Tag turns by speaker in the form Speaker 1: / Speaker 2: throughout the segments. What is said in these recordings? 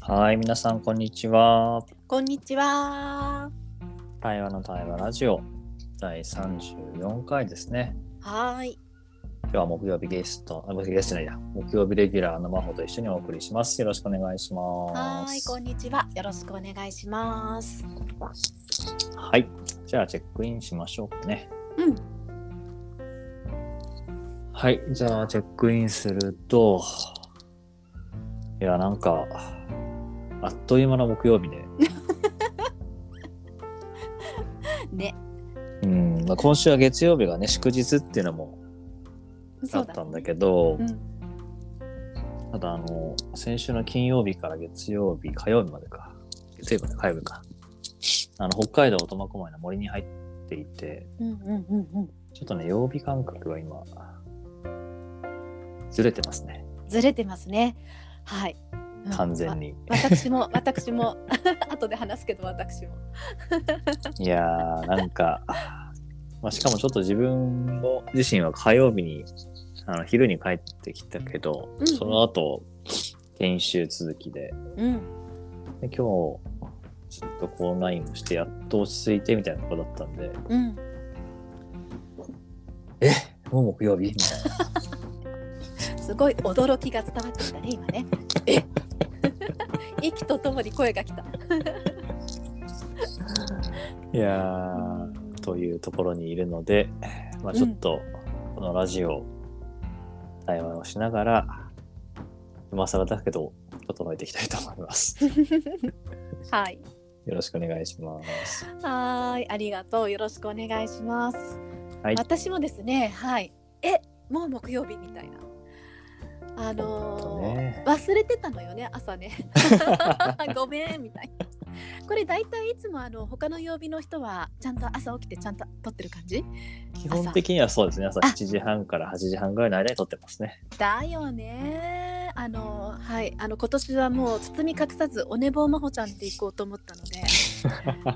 Speaker 1: はい、皆さん、こんにちは。
Speaker 2: こんにちは。
Speaker 1: 対話の対話ラジオ第34回ですね。
Speaker 2: はーい。
Speaker 1: 今日は木曜日ゲスト、あ、木曜日ゲストじゃないや、木曜日レギュラーの真帆と一緒にお送りします。よろしくお願いし
Speaker 2: は
Speaker 1: ま
Speaker 2: ーい、
Speaker 1: す。
Speaker 2: こんにちは。よろしくお願いします。
Speaker 1: はい、じゃあチェックインしましょうかね。
Speaker 2: うん。
Speaker 1: はい、じゃあチェックインすると、いや、なんか、あっという間の木曜日で、
Speaker 2: ね、
Speaker 1: うん、まあ、今週は月曜日がね、祝日っていうのもあ
Speaker 2: そう
Speaker 1: っ
Speaker 2: だ
Speaker 1: た。んだけど
Speaker 2: う、ん、
Speaker 1: ただあの、先週の金曜日から月曜日、火曜日までか、月曜日まで火曜日か、あの北海道苫小牧の森に入っていて、
Speaker 2: うん、うん、うん、
Speaker 1: ちょっとね、曜日感覚が今、ずれてますね、
Speaker 2: うん。ずれてますね。はい。うん
Speaker 1: 完全。に。
Speaker 2: わ私も、私も、 後で話すけど、私も。
Speaker 1: いやー、なんか、まあ、しかもちょっと自分も自身は火曜日に、あの昼に帰ってきたけど、
Speaker 2: うんうん
Speaker 1: その後、研修続きで、
Speaker 2: うん、
Speaker 1: で今日、ちょっとこうラインをして、やっと落ち着いてみたいなとこだったんで、
Speaker 2: うん。
Speaker 1: もう木曜日みたいな。
Speaker 2: すごい驚きが伝わってきたね、今ね。え。 息とともに声が来た。
Speaker 1: いやー、というところにいるので、まあ、ちょっと、このラジオ、対話をしながら、今更だけど、整えていきたいと思います。よ
Speaker 2: はい。
Speaker 1: ろしくお願いします。
Speaker 2: はーい、ありがとう。よろしくお願いします。
Speaker 1: はい
Speaker 2: 私もですね、はい。え、もう木曜日みたいな。あのー
Speaker 1: ね
Speaker 2: 忘れてたのよね、朝ね。ごめんみたいな。これ大体いつもあの他の曜日の人はちゃんと朝起きてちゃんと撮ってる感じ
Speaker 1: 基本的にはそうですね、朝7時半から8時半ぐらいの間に撮ってますね。
Speaker 2: だよねあのはいあの今年はもう包み隠さずお寝坊真帆ちゃんで行こうと思ったの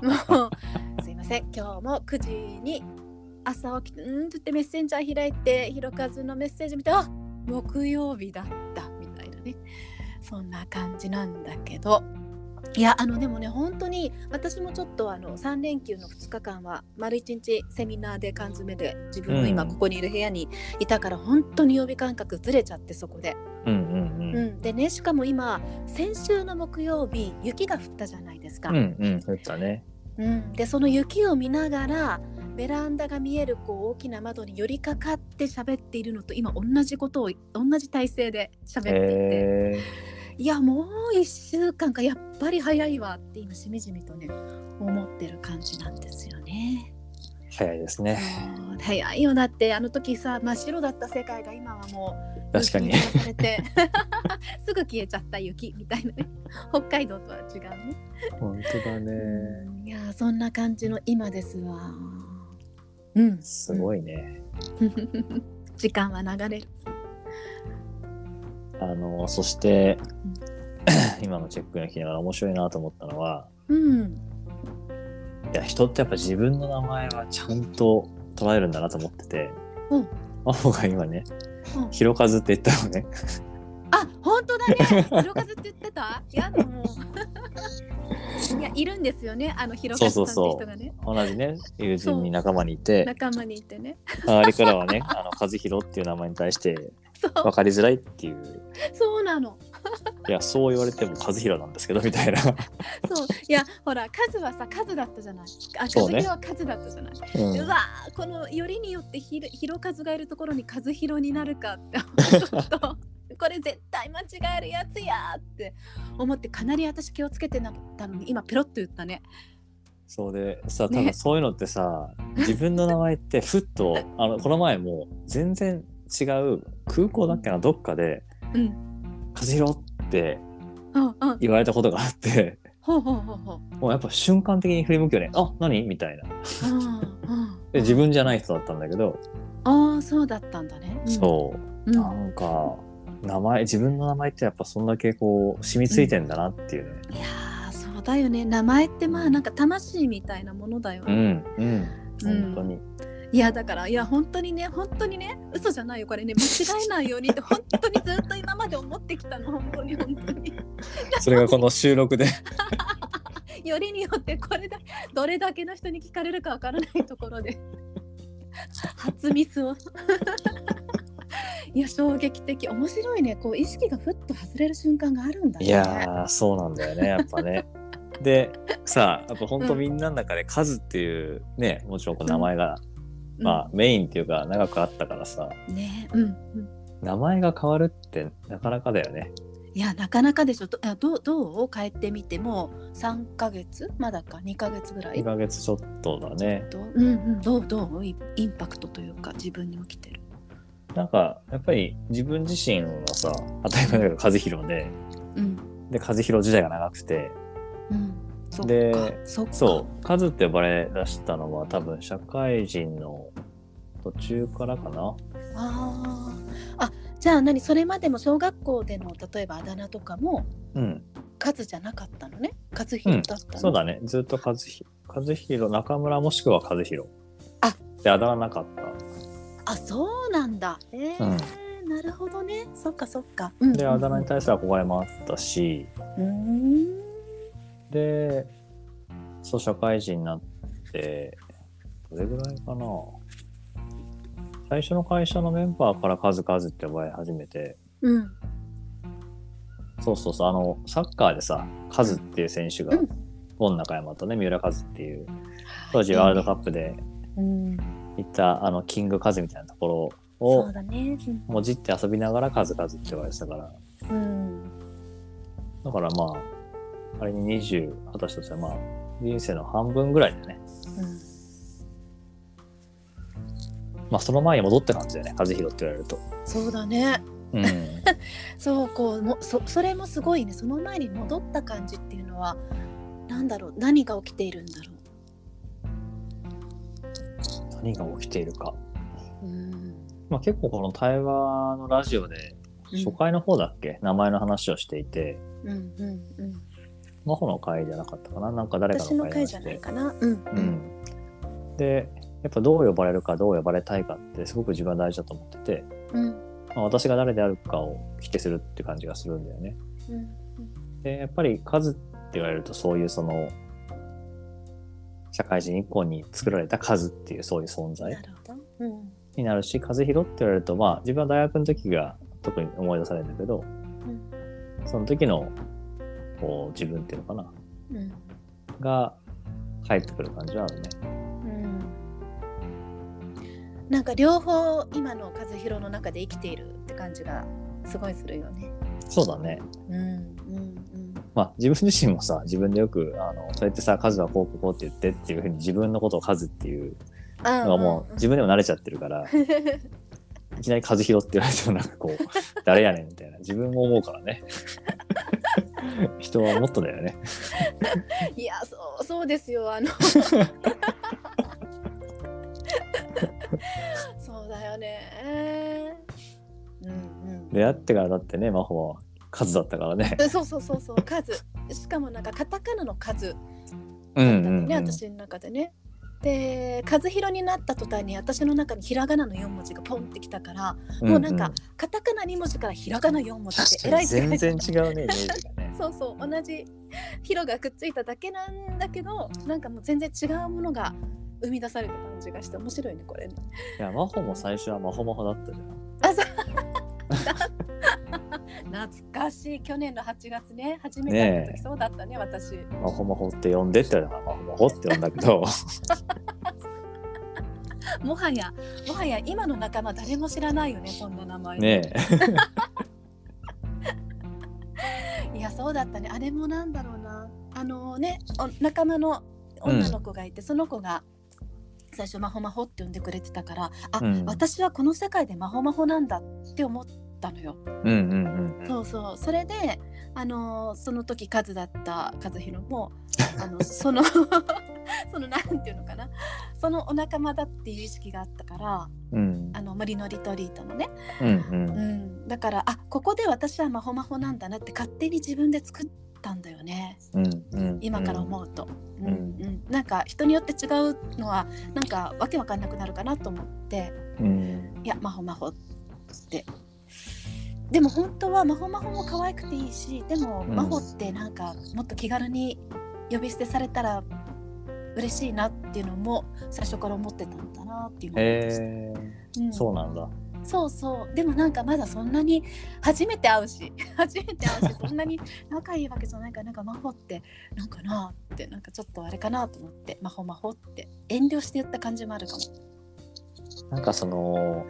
Speaker 2: でもうすいません今日も9時に朝起きてうんーってメッセンジャー開いてひろかずのメッセージ見てあ木曜日だったみたいなねそんな感じなんだけどいやあのでもね本当に私もちょっとあの3連休の2日間は丸1日セミナーで缶詰で自分の今
Speaker 1: うん
Speaker 2: ここにいる部屋にいたから本当に予備感覚ずれちゃってそこで、
Speaker 1: うんうん
Speaker 2: う
Speaker 1: うん。
Speaker 2: ん、でねしかも今先週の木曜日雪が降ったじゃないですか、
Speaker 1: うんうん、降ったね。
Speaker 2: うんでその雪を見ながらベランダが見えるこう大きな窓に寄りかかって喋っているのと今同じことを同じ体勢で喋っていて、
Speaker 1: へ
Speaker 2: いやもう1週間かやっぱり早いわって今しみじみとね思ってる感じなんですよね。
Speaker 1: ー、早いですね。
Speaker 2: そう早いよだってあの時さ真っ白だった世界が今はもう
Speaker 1: 確かに
Speaker 2: 雪に照らされて すぐ消えちゃった雪みたいなね北海道とは違うね、
Speaker 1: 本当だね。
Speaker 2: いやーそんな感じの今ですわうん
Speaker 1: すごいね。
Speaker 2: 時間は流れる
Speaker 1: あの、そして、 今のチェックインを聞きながら面白いなと思ったのは、
Speaker 2: うん
Speaker 1: いや、人ってやっぱ自分の名前はちゃんと捉えるんだなと思ってて、
Speaker 2: うん
Speaker 1: 真帆が今ね
Speaker 2: うん、
Speaker 1: ひろかずって言ったのね。
Speaker 2: あ本当だねひろかずって言ってたやだもう いやいるんですよねあのひろかずさんって人がね
Speaker 1: 同じね、友人に仲間にいて、
Speaker 2: 仲間にいてね
Speaker 1: 周りからはね、あの、和弘っていう名前に対して
Speaker 2: そう
Speaker 1: 分かりづらいっていう、
Speaker 2: そうなの
Speaker 1: いや、そう言われても和弘なんですけど、みたいな。
Speaker 2: そういやほら数はさ数だったじゃないあ数
Speaker 1: そうね
Speaker 2: 広は数だったじゃない、
Speaker 1: う
Speaker 2: うんわーこのよりによってひろひろ数がいるところに数広になるかって思うとこれ絶対間違えるやつやーって思ってかなり私気をつけてなかったのに今ペロッと言ったね
Speaker 1: そうでさた
Speaker 2: ね
Speaker 1: だそういうのって さ、自分の名前ってふっとあのこの前も全然違う空港だっけなどっかで
Speaker 2: うん
Speaker 1: 「和弘」って
Speaker 2: うんうん
Speaker 1: 言われたことがあ って
Speaker 2: ほうほうほうほう
Speaker 1: もうやっぱ瞬間的に振り向くよね「あ何?」みたいな
Speaker 2: うんうん
Speaker 1: で自分じゃない人だったんだけど、
Speaker 2: ああそうだったんだね、うん
Speaker 1: そう
Speaker 2: うん、
Speaker 1: なんか名前自分の名前ってやっぱそんだけこう染みついてんだなっていうね
Speaker 2: いやーそうだよね名前ってまあなんか魂みたいなものだよ
Speaker 1: う
Speaker 2: ね、
Speaker 1: んうん、
Speaker 2: うん
Speaker 1: 本当に
Speaker 2: いやだからいや本当にね本当にね嘘じゃないよこれね間違えないようにって本当にずっと今まで思ってきたの本当に本当に
Speaker 1: それがこの収録で
Speaker 2: よりによってこれだどれだけの人に聞かれるかわからないところで 初ミスを いや衝撃的面白いねこう意識がふっと外れる瞬間があるんだね
Speaker 1: いやーそうなんだよねやっぱ ねでさあやっぱほんとみんなの中でカズっていうねもちろんこう名前が、
Speaker 2: うん
Speaker 1: まあメインっていうか長くあったからさ
Speaker 2: ねうんうん
Speaker 1: 名前が変わるってなかなかだよね
Speaker 2: いやなかなかでしょどいやどうどう帰ってみても3ヶ月まだか2ヶ月ぐらい
Speaker 1: 2ヶ月ちょっとだね
Speaker 2: どう,、うんうん、どうどうイインパクトというか自分に起きてる
Speaker 1: なんかやっぱり自分自身はさ当たり前だけど和弘で
Speaker 2: うん
Speaker 1: で和弘時代が長くて
Speaker 2: うんそっか
Speaker 1: で
Speaker 2: そっか
Speaker 1: そう数って呼ばれ出したのは多分社会人の途中からかな
Speaker 2: あーあじゃあ何それまでも小学校での例えばあだ名とかも
Speaker 1: うん
Speaker 2: 数じゃなかったのね数弘だったの、
Speaker 1: そうだねずっと和弘和弘中村もしくは和弘
Speaker 2: あ
Speaker 1: であだ名なかった
Speaker 2: あそうなんだえーなるほどねそっかそっか、うん
Speaker 1: であだ名に対する憧れもあったし
Speaker 2: うーん
Speaker 1: でそう社会人になってどれぐらいかな最初の会社のメンバーから数々って呼ばれ始めて
Speaker 2: うん
Speaker 1: そうそうそうあのサッカーでさカズっていう選手が、
Speaker 2: うん
Speaker 1: ボン中山とね三浦和っていう当時ワールドカップで
Speaker 2: うん
Speaker 1: 行ったあのキングカズみたいなところ
Speaker 2: そ
Speaker 1: を
Speaker 2: うだね
Speaker 1: もじって遊びながらカズカズって言われてたから
Speaker 2: うん
Speaker 1: だからまああれに20私としてはまあ人生の半分ぐらいでね
Speaker 2: うん
Speaker 1: まあその前に戻って感じだよね和弘って言われると
Speaker 2: そうだね
Speaker 1: うん
Speaker 2: そうこうもそそれもすごいねその前に戻った感じっていうのはなんだろう何が起きているんだろ
Speaker 1: 何が起きているか
Speaker 2: ううん
Speaker 1: まあ結構この対話のラジオで初回の方だっけ、名前の話をしていて
Speaker 2: うんうんうん
Speaker 1: 真帆の会じゃなかったかななんか誰か
Speaker 2: 私
Speaker 1: の
Speaker 2: の
Speaker 1: 会
Speaker 2: 回
Speaker 1: に
Speaker 2: じゃ
Speaker 1: し
Speaker 2: な
Speaker 1: て
Speaker 2: いかなうんう
Speaker 1: うんん、でやっぱどう呼ばれるかどう呼ばれたいかってすごく自分は大事だと思ってて、
Speaker 2: うん
Speaker 1: まあ、私が誰であるかを否定するって感じがするんだよね。
Speaker 2: うん
Speaker 1: でやっぱり数って言われるとそういうその社会人以降に作られた数っていうそういう存在
Speaker 2: なるほどうん
Speaker 1: になるし和弘って言われるとまあ自分は大学の時が特に思い出されるんだけど
Speaker 2: うん
Speaker 1: その時のこう自分っていうのかな
Speaker 2: うん
Speaker 1: が帰ってくる感じはあるね。
Speaker 2: うんなんか両方今の和弘の中で生きているって感じがすごいするよね。
Speaker 1: そうだね
Speaker 2: うんうん
Speaker 1: まあ、自分自身もさ自分でよくあのそうやってさ数はこうこうこうって言ってっていうふうに自分のことを数っていう
Speaker 2: うん。あ
Speaker 1: のがもう自分でも慣れちゃってるから、いきなり数拾って言われてもなんかこう 誰やねんみたいな自分も思うからね人はもっとだよね
Speaker 2: いやそうそうですよ あの。そうだよね。うんうん。
Speaker 1: 出会ってからだってね真帆は数だったからね
Speaker 2: えそうそうそうそう数しかもなんかカタカナの数
Speaker 1: うん
Speaker 2: だったのね、私の中でね。で和弘になった途端に私の中にひらがなの4文字がポンってきたからもうなんかカタカナ2文字からひらがな4文字ってえらい違
Speaker 1: 全
Speaker 2: い
Speaker 1: 然違うねイメージがね
Speaker 2: そうそう同じ広がくっついただけなんだけどなんかもう全然違うものが生み出された感じがして面白いねこれね
Speaker 1: いや真帆も最初は真帆真帆だったじゃん
Speaker 2: 懐かしい去年の8月ね初めて会った時そうだったね私
Speaker 1: 真帆真帆って呼んでって言われたから真帆真帆って呼んだけ ど
Speaker 2: もはやもはや今の仲間誰も知らないよねそんな名前
Speaker 1: ねえ
Speaker 2: いやそうだったねあれもなんだろうなあのねお仲間の女の子がいて、その子が最初「まほまほ」って呼んでくれてたからあ、
Speaker 1: うん
Speaker 2: 私はこの世界でまほまほなんだって思ったのよ。
Speaker 1: うんうんうんうん
Speaker 2: そうそうそれであのーその時カズだった和弘 もあのその そのなんていうのかなそのお仲間だっていう意識があったから
Speaker 1: うん
Speaker 2: あの森のリトリートのね、
Speaker 1: うんうん
Speaker 2: うん、だからあここで私はまほまほなんだなって勝手に自分で作っったんだよね
Speaker 1: うんうん
Speaker 2: 今から思うと、うん
Speaker 1: ん
Speaker 2: うんなんか人によって違うのはなんかわけわかんなくなるかなと思って
Speaker 1: うん
Speaker 2: いやマホマホってでも本当はマホマホも可愛くていいしでも
Speaker 1: うん
Speaker 2: マホってなんかもっと気軽に呼び捨てされたら嬉しいなっていうのも最初から思ってたんだなっていうのを思いました
Speaker 1: え
Speaker 2: う
Speaker 1: ー、
Speaker 2: ん
Speaker 1: そうなんだ
Speaker 2: そうそうでもなんかまだそんなに初めて会うし 初めて会うしそんなに仲いいわけじゃないからなんか魔法ってなんかなあってなんかちょっとあれかなと思って魔法魔法って遠慮して言った感じもあるかも
Speaker 1: なんかその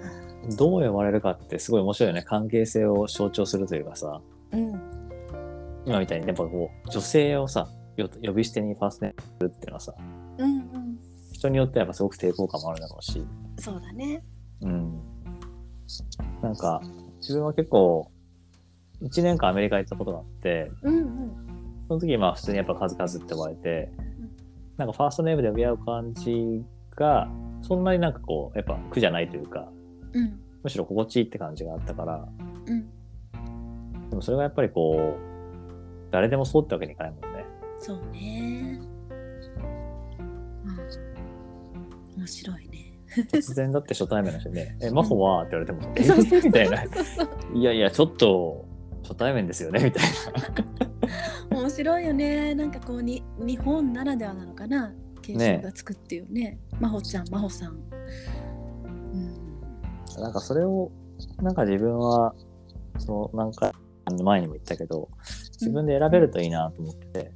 Speaker 1: どう呼ばれるかってすごい面白いよね関係性を象徴するというかさ
Speaker 2: うん
Speaker 1: 今みたいにやっぱこう女性をさよ呼び捨てにファーストネームするっていうのはさ
Speaker 2: うんうん
Speaker 1: 人によってはやっぱすごく抵抗感もあるだろうし、
Speaker 2: そうだね
Speaker 1: うん、なんか自分は結構1年間アメリカ行ったことがあって
Speaker 2: うんうん
Speaker 1: その時まあ普通にやっぱ数々って呼ばれてなんかファーストネームで呼び合う感じがそんなになんかこうやっぱ苦じゃないというか
Speaker 2: うん
Speaker 1: むしろ心地いいって感じがあったから
Speaker 2: うん
Speaker 1: でもそれがやっぱりこう誰でもそうってわけにいかないもんね。
Speaker 2: そうねうん面白いね
Speaker 1: 突然だって初対面の 人にね「え真帆は?」って言われても「え みたい な「
Speaker 2: そうそう
Speaker 1: いやいやちょっと初対面ですよね」みたい
Speaker 2: 面白いよねなんかこうに日本ならではなのかな継承がつくっていうね真帆ちゃん真帆さん、うん、
Speaker 1: ななんかそれをなんか自分はそのなんか前にも言ったけど自分で選べるといいなと思ってて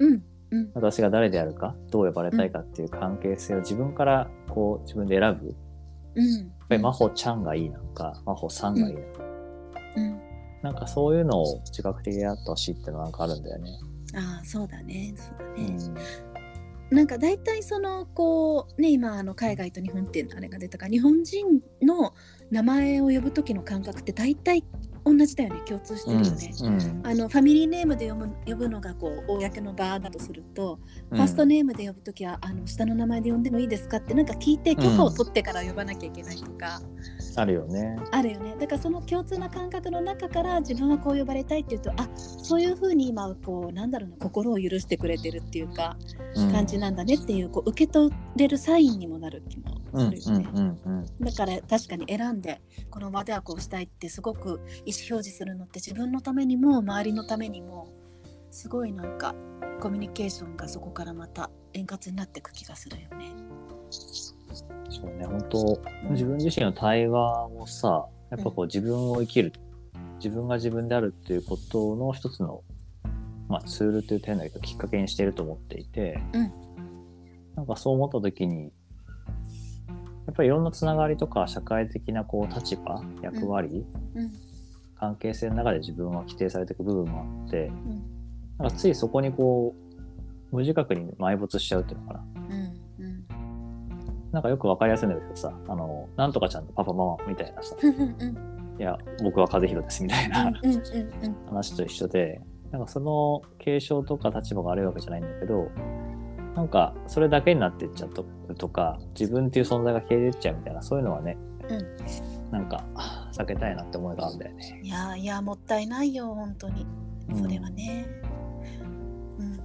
Speaker 2: うんうん
Speaker 1: 私が誰であるかどう呼ばれたいかっていう関係性を自分からこう自分で選ぶやっ
Speaker 2: うんやっ
Speaker 1: ぱり真帆ちゃんがいいなのか真帆さんがいいなのか
Speaker 2: うん、
Speaker 1: なんかそういうのを自覚的であってほしいってのはなんかあるんだよね。
Speaker 2: ああそうだねそうだ
Speaker 1: う
Speaker 2: ね、
Speaker 1: ん
Speaker 2: なんか大体そのこうね今あの海外と日本ってあれが出たから日本人の名前を呼ぶ時の感覚って大体同じだよね共通してるよね、
Speaker 1: うん
Speaker 2: あのファミリーネームで呼ぶ呼ぶのがこう公の場だとすると、
Speaker 1: うん
Speaker 2: ファーストネームで呼ぶときは、あの下の名前で呼んでもいいですかってなんか聞いて許可を取ってから呼ばなきゃいけないとか、
Speaker 1: あるよね。
Speaker 2: あるよねだからその共通な感覚の中から自分はこう呼ばれたいっていうとあそういうふうに今こうなんだろうな心を許してくれてるっていうか
Speaker 1: うん
Speaker 2: 感じなんだねっていうこう受け取れるサインにもなる気も
Speaker 1: うん
Speaker 2: するよね。
Speaker 1: うんうんうん
Speaker 2: だから確かに選んでこの場ではこうしたいってすごく意思表示するのって自分のためにも周りのためにもすごいなんかコミュニケーションがそこからまた円滑になっていく気がするよね。
Speaker 1: そうね本当自分自身の対話をさやっぱこう自分を生きる自分が自分であるっていうことの一つの、まあ、ツールという点だけどきっかけにしてると思っていて、
Speaker 2: うん
Speaker 1: なんかそう思った時にやっぱりいろんなつながりとか社会的なこう立場役割、
Speaker 2: うん
Speaker 1: 関係性の中で自分は規定されていく部分もあって
Speaker 2: うん
Speaker 1: なんかついそこにこう無自覚に埋没しちゃうっていうのかな
Speaker 2: うんうん
Speaker 1: なんかよくわかりやすいんだけどさ、あの、なんとかちゃんのパパママみたいなさ、
Speaker 2: うんうん
Speaker 1: いや、僕は風邪ひろですみたいな
Speaker 2: うんうんうん
Speaker 1: 話と一緒で、なんかその継承とか立場が悪いわけじゃないんだけど、なんかそれだけになっていっちゃうととか、自分っていう存在が消えていっちゃうみたいな、そういうのはね、なんかあ避けたいなって思いがあるんだよね。
Speaker 2: いやーいやーもったいないよ本当にそれはね、うん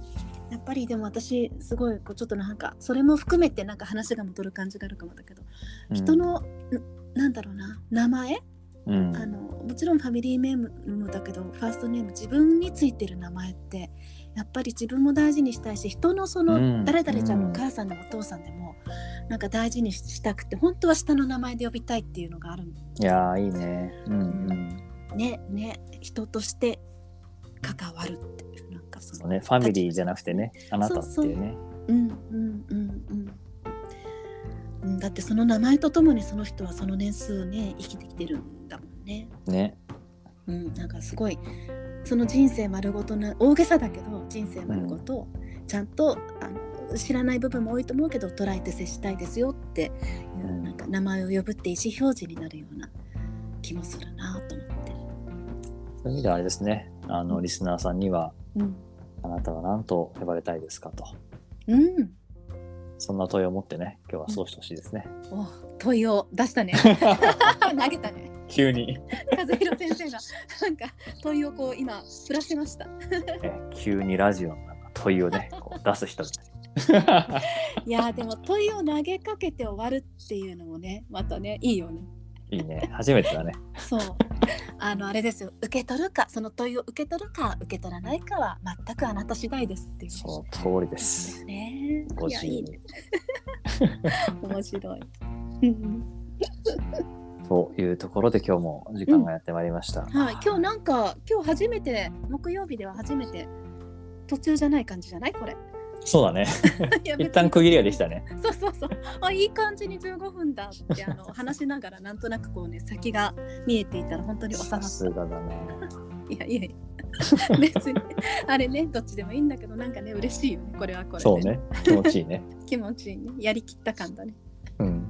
Speaker 2: やっぱりでも私すごいこうちょっとなんかそれも含めてなんか話が戻る感じがあるかもだけど、
Speaker 1: うん
Speaker 2: 人、のんなんだろうな名前
Speaker 1: うん、
Speaker 2: あのもちろんファミリーネームだけどファーストネーム自分についてる名前ってやっぱり自分も大事にしたいし人のそ
Speaker 1: うん
Speaker 2: の誰々ちゃんの
Speaker 1: う
Speaker 2: お
Speaker 1: ん
Speaker 2: 母さんでもお父さんでもなんか大事にしたくて本当は下の名前で呼びたいっていうのがある
Speaker 1: いやー、いいね。うんうん。
Speaker 2: ねね人として関わるっていうなんかそ
Speaker 1: そう
Speaker 2: の
Speaker 1: ね、ファミリーじゃなくてね、あなたっていうね。
Speaker 2: うんうんうんうんうんだってその名前とともにその人はその年数ね生きてきてるんだもんね。
Speaker 1: ね。
Speaker 2: うん、なんかすごいその人生丸ごとな大げさだけど人生丸ごと、ちゃんとあの知らない部分も多いと思うけど捉えて接したいですよっていう、
Speaker 1: うん
Speaker 2: なんか名前を呼ぶって意思表示になるような気もするなと思って。
Speaker 1: そういう意味ではあれですね、あの、リスナーさんには、
Speaker 2: うん、
Speaker 1: あなたは何と呼ばれたいですかと。
Speaker 2: うん
Speaker 1: そんな問いを持ってね、今日はそうしてほしいですね。
Speaker 2: お問いを出したね投げたね
Speaker 1: 急に、
Speaker 2: 和弘先生がなんか問いをこう今振らせました。
Speaker 1: ね、急にラジオのなんか問いをねこう出す人みた いな
Speaker 2: いやーでも問いを投げかけて終わるっていうのもねまたねいいよね。
Speaker 1: いいね初めてだね
Speaker 2: そうあのあれですよ受け取るかその問いを受け取るか受け取らないかは全くあなた次第ですっていう。
Speaker 1: その通りです
Speaker 2: うね。
Speaker 1: ご
Speaker 2: いや
Speaker 1: 自由
Speaker 2: いい
Speaker 1: に
Speaker 2: ね 面白い。うん
Speaker 1: というところで今日も時間がやってまいりました、
Speaker 2: はい今日なんか今日初めて木曜日では初めて途中じゃない感じじゃな いこれ。
Speaker 1: そうだね
Speaker 2: いや
Speaker 1: 一旦区切りができたね
Speaker 2: そうそうそう。あいい感じに15分だってあの話しながらなんとなくこうね先が見えていたら本当に収ま
Speaker 1: さ
Speaker 2: っ
Speaker 1: すがだね
Speaker 2: た。いやいやいや。 別にあれねどっちでもいいんだけどなんかね嬉しいよねこれはこれで。
Speaker 1: そうね気持ちいいね
Speaker 2: 気持ちいいねやりきった感だね。
Speaker 1: うん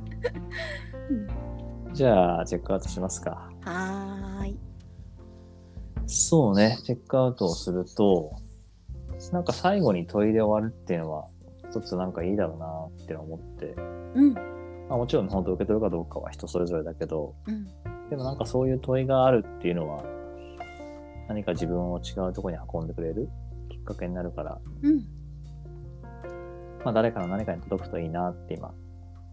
Speaker 1: じゃあチェックアウトしますか
Speaker 2: はーい。
Speaker 1: そうねチェックアウトをするとなんか最後に問いで終わるっていうのは一つなんかいいだろうなって思って、
Speaker 2: うん
Speaker 1: まあ、もちろん本当受け取るかどうかは人それぞれだけど
Speaker 2: うん
Speaker 1: でもなんかそういう問いがあるっていうのは何か自分を違うところに運んでくれるきっかけになるから
Speaker 2: うん
Speaker 1: まあ、誰かの何かに届くといいなって今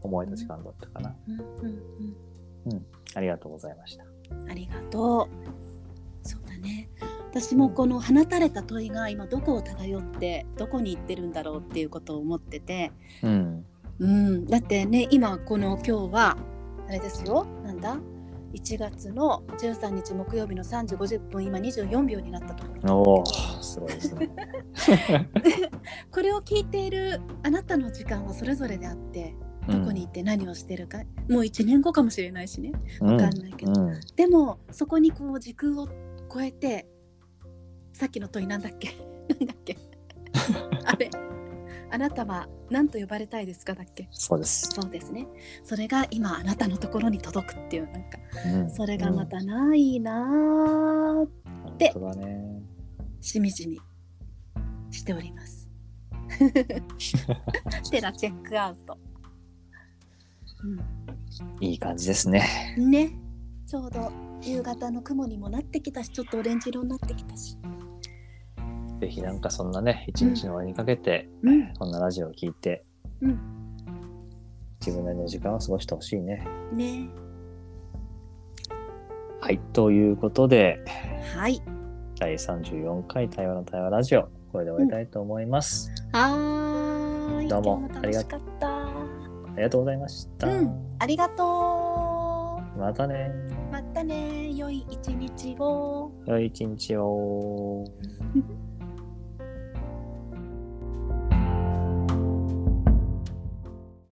Speaker 1: 思えた時間だったかな。
Speaker 2: うんうん
Speaker 1: ありがとうございました。
Speaker 2: うん。ありがとう。そうだね。私もこの放たれた問いが今どこを漂ってどこに行ってるんだろうっていうことを思ってて。
Speaker 1: うん。
Speaker 2: うん、だってね今この今日はあれですよなんだ1月の13日木曜日の3時50分今24秒になったところ
Speaker 1: おお、 すごいですね。
Speaker 2: これを聞いているあなたの時間はそれぞれであってどこに行って何をしてるか、もう1年後かもしれないしね
Speaker 1: わ
Speaker 2: かんないけど
Speaker 1: うん。うん
Speaker 2: でもそこにこう時空を超えてさっきの問いなんだっけ なんだっ けあれあなたは何と呼ばれたいですかだっけ
Speaker 1: そうです。
Speaker 2: そうですねそれが今あなたのところに届くっていうなんか
Speaker 1: うん
Speaker 2: それがま、たないなぁ
Speaker 1: うん
Speaker 2: で
Speaker 1: 本当だね。
Speaker 2: しみじみしており ます。 てなチェックアウト。
Speaker 1: いい感じですね。
Speaker 2: うん、ねちょうど夕方の雲にもなってきたしちょっとオレンジ色になってきたし。
Speaker 1: ぜひなんかそんなね、一日の終わりにかけて、
Speaker 2: うん
Speaker 1: こんなラジオを聞いて、
Speaker 2: う
Speaker 1: 自分なりの時間を過ごしてほしいね。
Speaker 2: ね
Speaker 1: はい。ということで、
Speaker 2: はい
Speaker 1: 第34回台湾の台湾ラジオ、これで終えたいと思います。
Speaker 2: はーい
Speaker 1: どうも
Speaker 2: 今日楽しかった。
Speaker 1: ありがとうございました。
Speaker 2: うんありがと
Speaker 1: またね。
Speaker 2: う。またね良い一日を。
Speaker 1: 良い一日を。